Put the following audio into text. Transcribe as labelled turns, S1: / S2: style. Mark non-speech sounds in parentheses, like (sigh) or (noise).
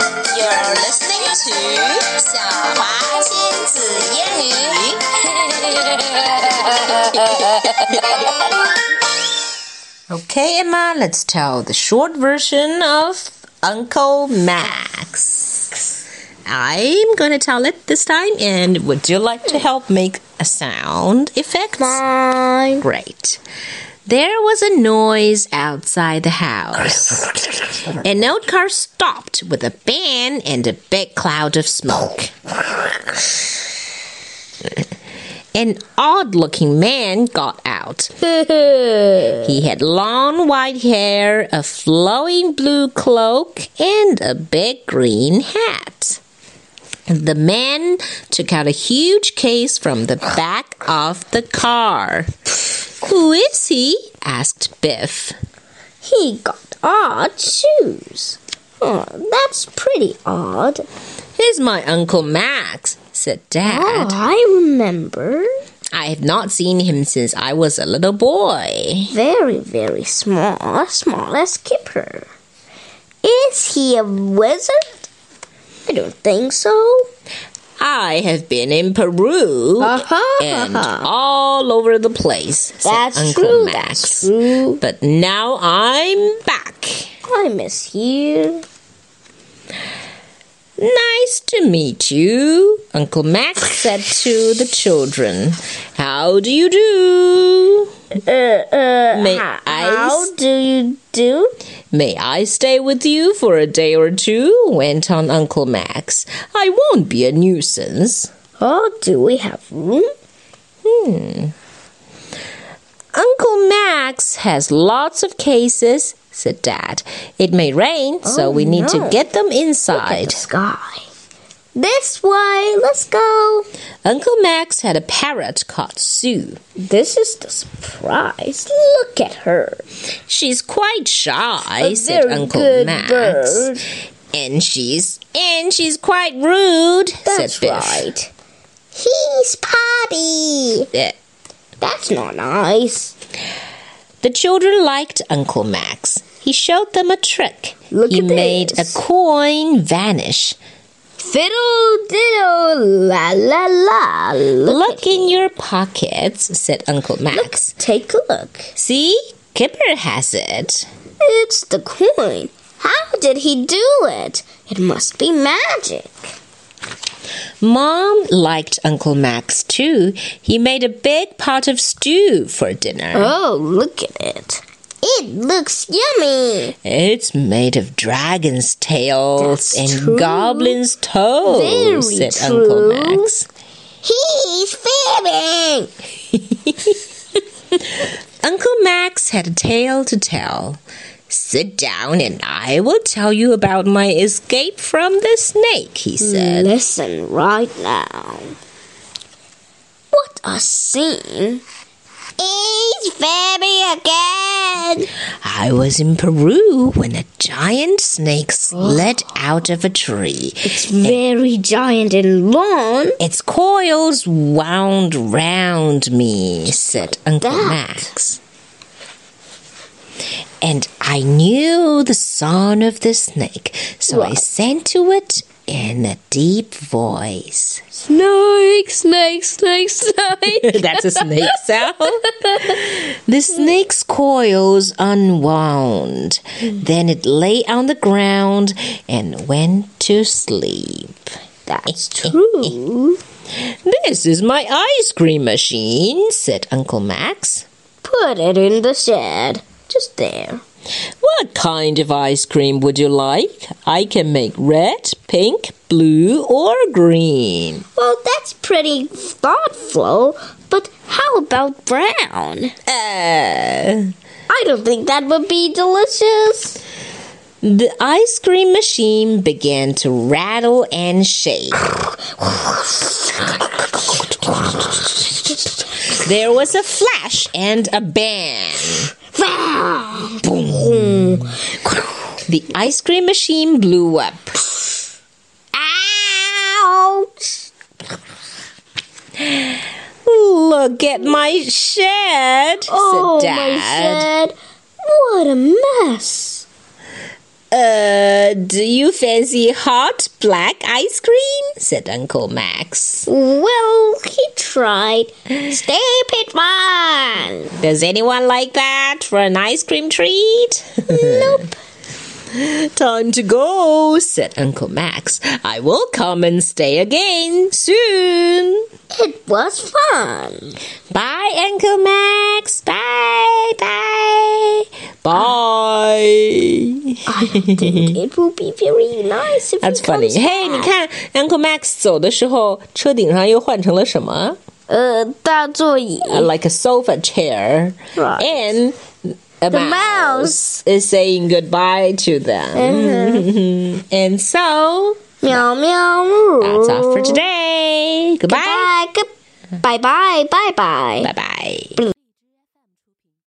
S1: You're listening to 小华仙子烟女。okay, Emma, let's tell the short version of Uncle Max. I'm gonna tell it this time, and would you like to help make a sound effect?
S2: Fine.
S1: Great. There was a noise outside the (laughs) house. An old car stopped with a bang and a big cloud of smoke. An odd looking man got
S2: (laughs)
S1: out. He had long white hair, a flowing blue cloak, and a big green hat. The man took out a huge case from the back of the car. Who is he? asked Biff.
S2: he got odd shoes. Oh, that's pretty odd.
S1: He's my Uncle Max, said
S2: Oh,
S1: Dad.
S2: I remember.
S1: I have not seen him since I was a little boy.
S2: Very, very small, small as Skipper. Is he a wizard? I don't think so.
S1: I have been in Peru
S2: Uh-huh.
S1: and all over the place, said
S2: That's
S1: Uncle
S2: true.
S1: Max.
S2: That's true.
S1: But now I'm back.
S2: I miss you.
S1: Nice to meet you, Uncle Max said to the children. How do you do?
S2: Uh, uh,
S1: May
S2: ho-
S1: I s-
S2: how do you do?
S1: May I stay with you for a day or two? went on Uncle Max. I won't be a nuisance.
S2: Oh, do we have room?
S1: Uncle Max has lots of cases, said Dad. It may rain, so
S2: Oh,
S1: we need to
S2: no.
S1: get them
S2: Look at
S1: inside.
S2: the sky. This way, let's go.
S1: Uncle Max had a parrot called Sue.
S2: This is the surprise. Look at her.
S1: She's quite shy,
S2: A
S1: said
S2: very
S1: Uncle
S2: good
S1: Max.
S2: bird.
S1: And she's and she's quite rude,
S2: That's
S1: said Biff.
S2: right. He's Poppy.
S1: Eh,
S2: That's not nice.
S1: The children liked Uncle Max. He showed them a trick.
S2: Look
S1: he
S2: at
S1: made
S2: this.
S1: a coin vanish.
S2: Fiddle diddle, la la la. Look,
S1: Look in your pockets, said Uncle Max.
S2: take a look.
S1: See, Kipper has it.
S2: It's the coin. How did he do it? It must be magic.
S1: Mom liked Uncle Max too. He made a big pot of stew for dinner.
S2: Oh, look at it. It looks yummy.
S1: It's made of dragon's tails
S2: That's
S1: and
S2: true.
S1: goblins' toes,
S2: Very
S1: said Uncle
S2: true.
S1: Max.
S2: He's fibbing.
S1: Uncle Max had a tale to tell. Sit down and I will tell you about my escape from the snake, he said.
S2: Listen right now. What a scene! It's Fabby again!
S1: I was in Peru when a giant snake
S2: (gasps)
S1: slid out of a tree.
S2: It's very giant and long.
S1: Its coils wound round me, said Uncle
S2: that.
S1: Max. And I knew the song of the snake, so I
S2: What?
S1: sang to it in a deep voice.
S2: Snake, snake, snake, (laughs)
S1: (laughs)
S2: snake!
S1: That's a snake sound. the snake's coils unwound. Then it lay on the ground and went to sleep.
S2: That's
S1: (laughs)
S2: true.
S1: This is my ice cream machine, said Uncle Max.
S2: Put it in the shed. Just there.
S1: What kind of ice cream would you like? I can make red, pink, blue, or green.
S2: Well, that's pretty thoughtful, but how about brown?
S1: Uh,
S2: I don't think that would be delicious.
S1: the ice cream machine began to rattle and shake. There was a flash and a bang.
S2: Wow!
S1: The ice cream machine blew up.
S2: Ouch!
S1: Look at my shed,
S2: Oh
S1: said
S2: my
S1: Dad.
S2: god! What a mess!
S1: Uh, do you fancy hot black ice cream? said Uncle Max.
S2: Well, he tried. Stupid one!
S1: Does anyone like that for an ice cream treat? (laughs) nope. Time to go, said Uncle Max. I will come and stay again soon.
S2: It was fun.
S1: Bye, Uncle Max. Bye, bye, bye.
S2: I think it would be very nice if
S1: Hmm. That's
S2: he comes
S1: funny. Hey, 你看
S2: back.
S1: ，Uncle Max 走的时候，车顶上又换成了什么
S2: Uh, 大座椅。
S1: Uh, like a sofa chair.
S2: Right.
S1: And a
S2: The
S1: mouse, is saying goodbye to them.
S2: Uh-huh.
S1: (laughs) and so
S2: Meow meow moo.
S1: that's all for today. Goodbye.
S2: Bye. Bye bye. Bye bye.
S1: Bye bye.